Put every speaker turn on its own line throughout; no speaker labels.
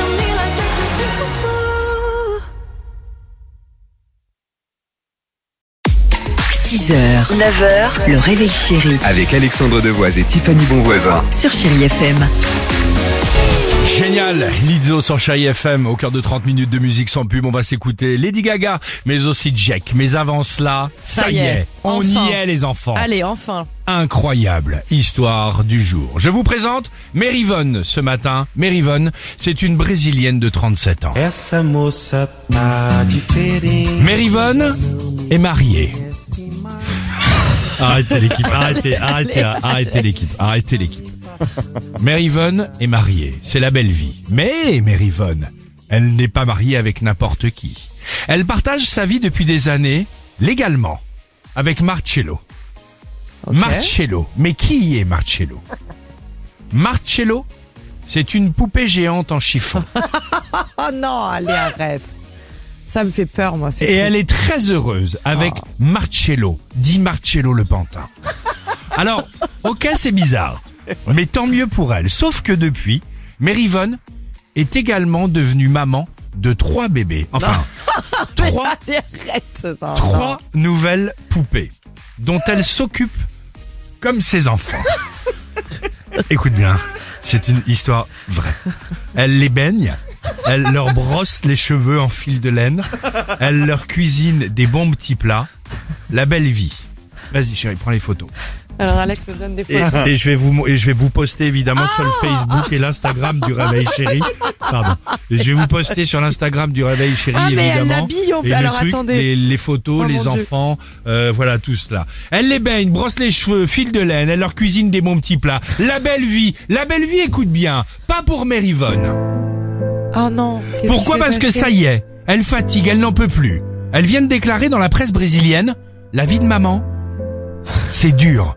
on me like we could do. Ooh.
6h, 9h, le réveil chéri
Avec Alexandre Devoise et Tiffany Bonvoisin.
sur Chérie FM.
Génial, Lizzo sur Chai FM, au cœur de 30 minutes de musique sans pub, on va s'écouter Lady Gaga, mais aussi Jack. Mais avant cela, ça, y est, on
enfin.
y est les enfants.
Allez, enfin.
Incroyable histoire du jour. Je vous présente Merivonne ce matin. Merivonne, c'est une Brésilienne de 37 ans.
Essa moça tá diferente.
Merivonne est mariée. Arrêtez l'équipe, arrêtez, arrêtez, arrêtez l'équipe, arrêtez l'équipe. Merivonne est mariée, c'est la belle vie. Mais Merivonne, elle n'est pas mariée avec n'importe qui. Elle partage sa vie depuis des années, légalement, avec Marcello. Marcello, mais qui est Marcello Marcello, c'est une poupée géante en chiffon.
Oh non, allez, arrête. Ça me fait peur, moi.
Et elle est très heureuse avec
Ah.
Marcello, dit Marcello le pantin. Alors, ok, c'est bizarre, mais tant mieux pour elle. Sauf que depuis, Merivonne est également devenue maman de trois bébés. Enfin, trois,
Allez, arrête. non,
trois nouvelles poupées dont elle s'occupe comme ses enfants. Écoute bien, c'est une histoire vraie. Elle les baigne, elle leur brosse les cheveux en fil de laine, elle leur cuisine des bons petits plats. La belle vie. Vas-y chérie, prends les photos.
non. Alors, Alex me donne des
Et,
photos.
et je vais vous et je vais vous poster évidemment sur
Ah
le Facebook et l'Instagram du Réveil Chéri. Pardon. Et je vais vous poster sur l'Instagram du Réveil Chéri
Ah, mais elle
évidemment.
l'habille, on peut-
Et le
alors, attendez.
Les, les photos,
Oh, mon
les
Dieu.
enfants, euh, voilà tout cela. Elle les baigne, brosse les cheveux, file de laine, elle leur cuisine des bons petits plats. La belle vie, la belle vie écoute bien, pas pour Mérivonne.
Oh non. qu'est-ce
Pourquoi
qui
Parce
s'est
que
passé
ça y est, elle fatigue, elle n'en peut plus. Elle vient de déclarer dans la presse brésilienne la vie de maman. C'est dur.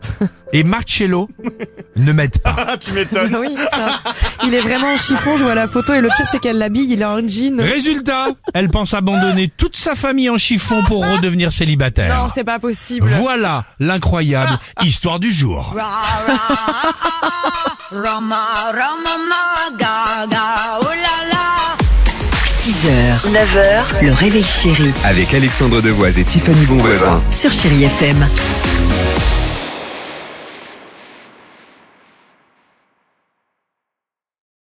Et Marcello ne m'aide pas.
Bah oui, ça. Il est vraiment en chiffon, je vois la photo. Et le pire, c'est qu'elle l'habille, il a un
Euh.
jean.
Résultat, elle pense abandonner toute sa famille en chiffon pour redevenir célibataire.
Non, c'est pas possible.
voilà l'incroyable histoire du jour.
Roma, Roma, Gaga, ooh oh la la.
6h, 9h, le réveil chéri
Avec Alexandre Devoise et Tiffany Bonvoisin.
sur Chérie FM.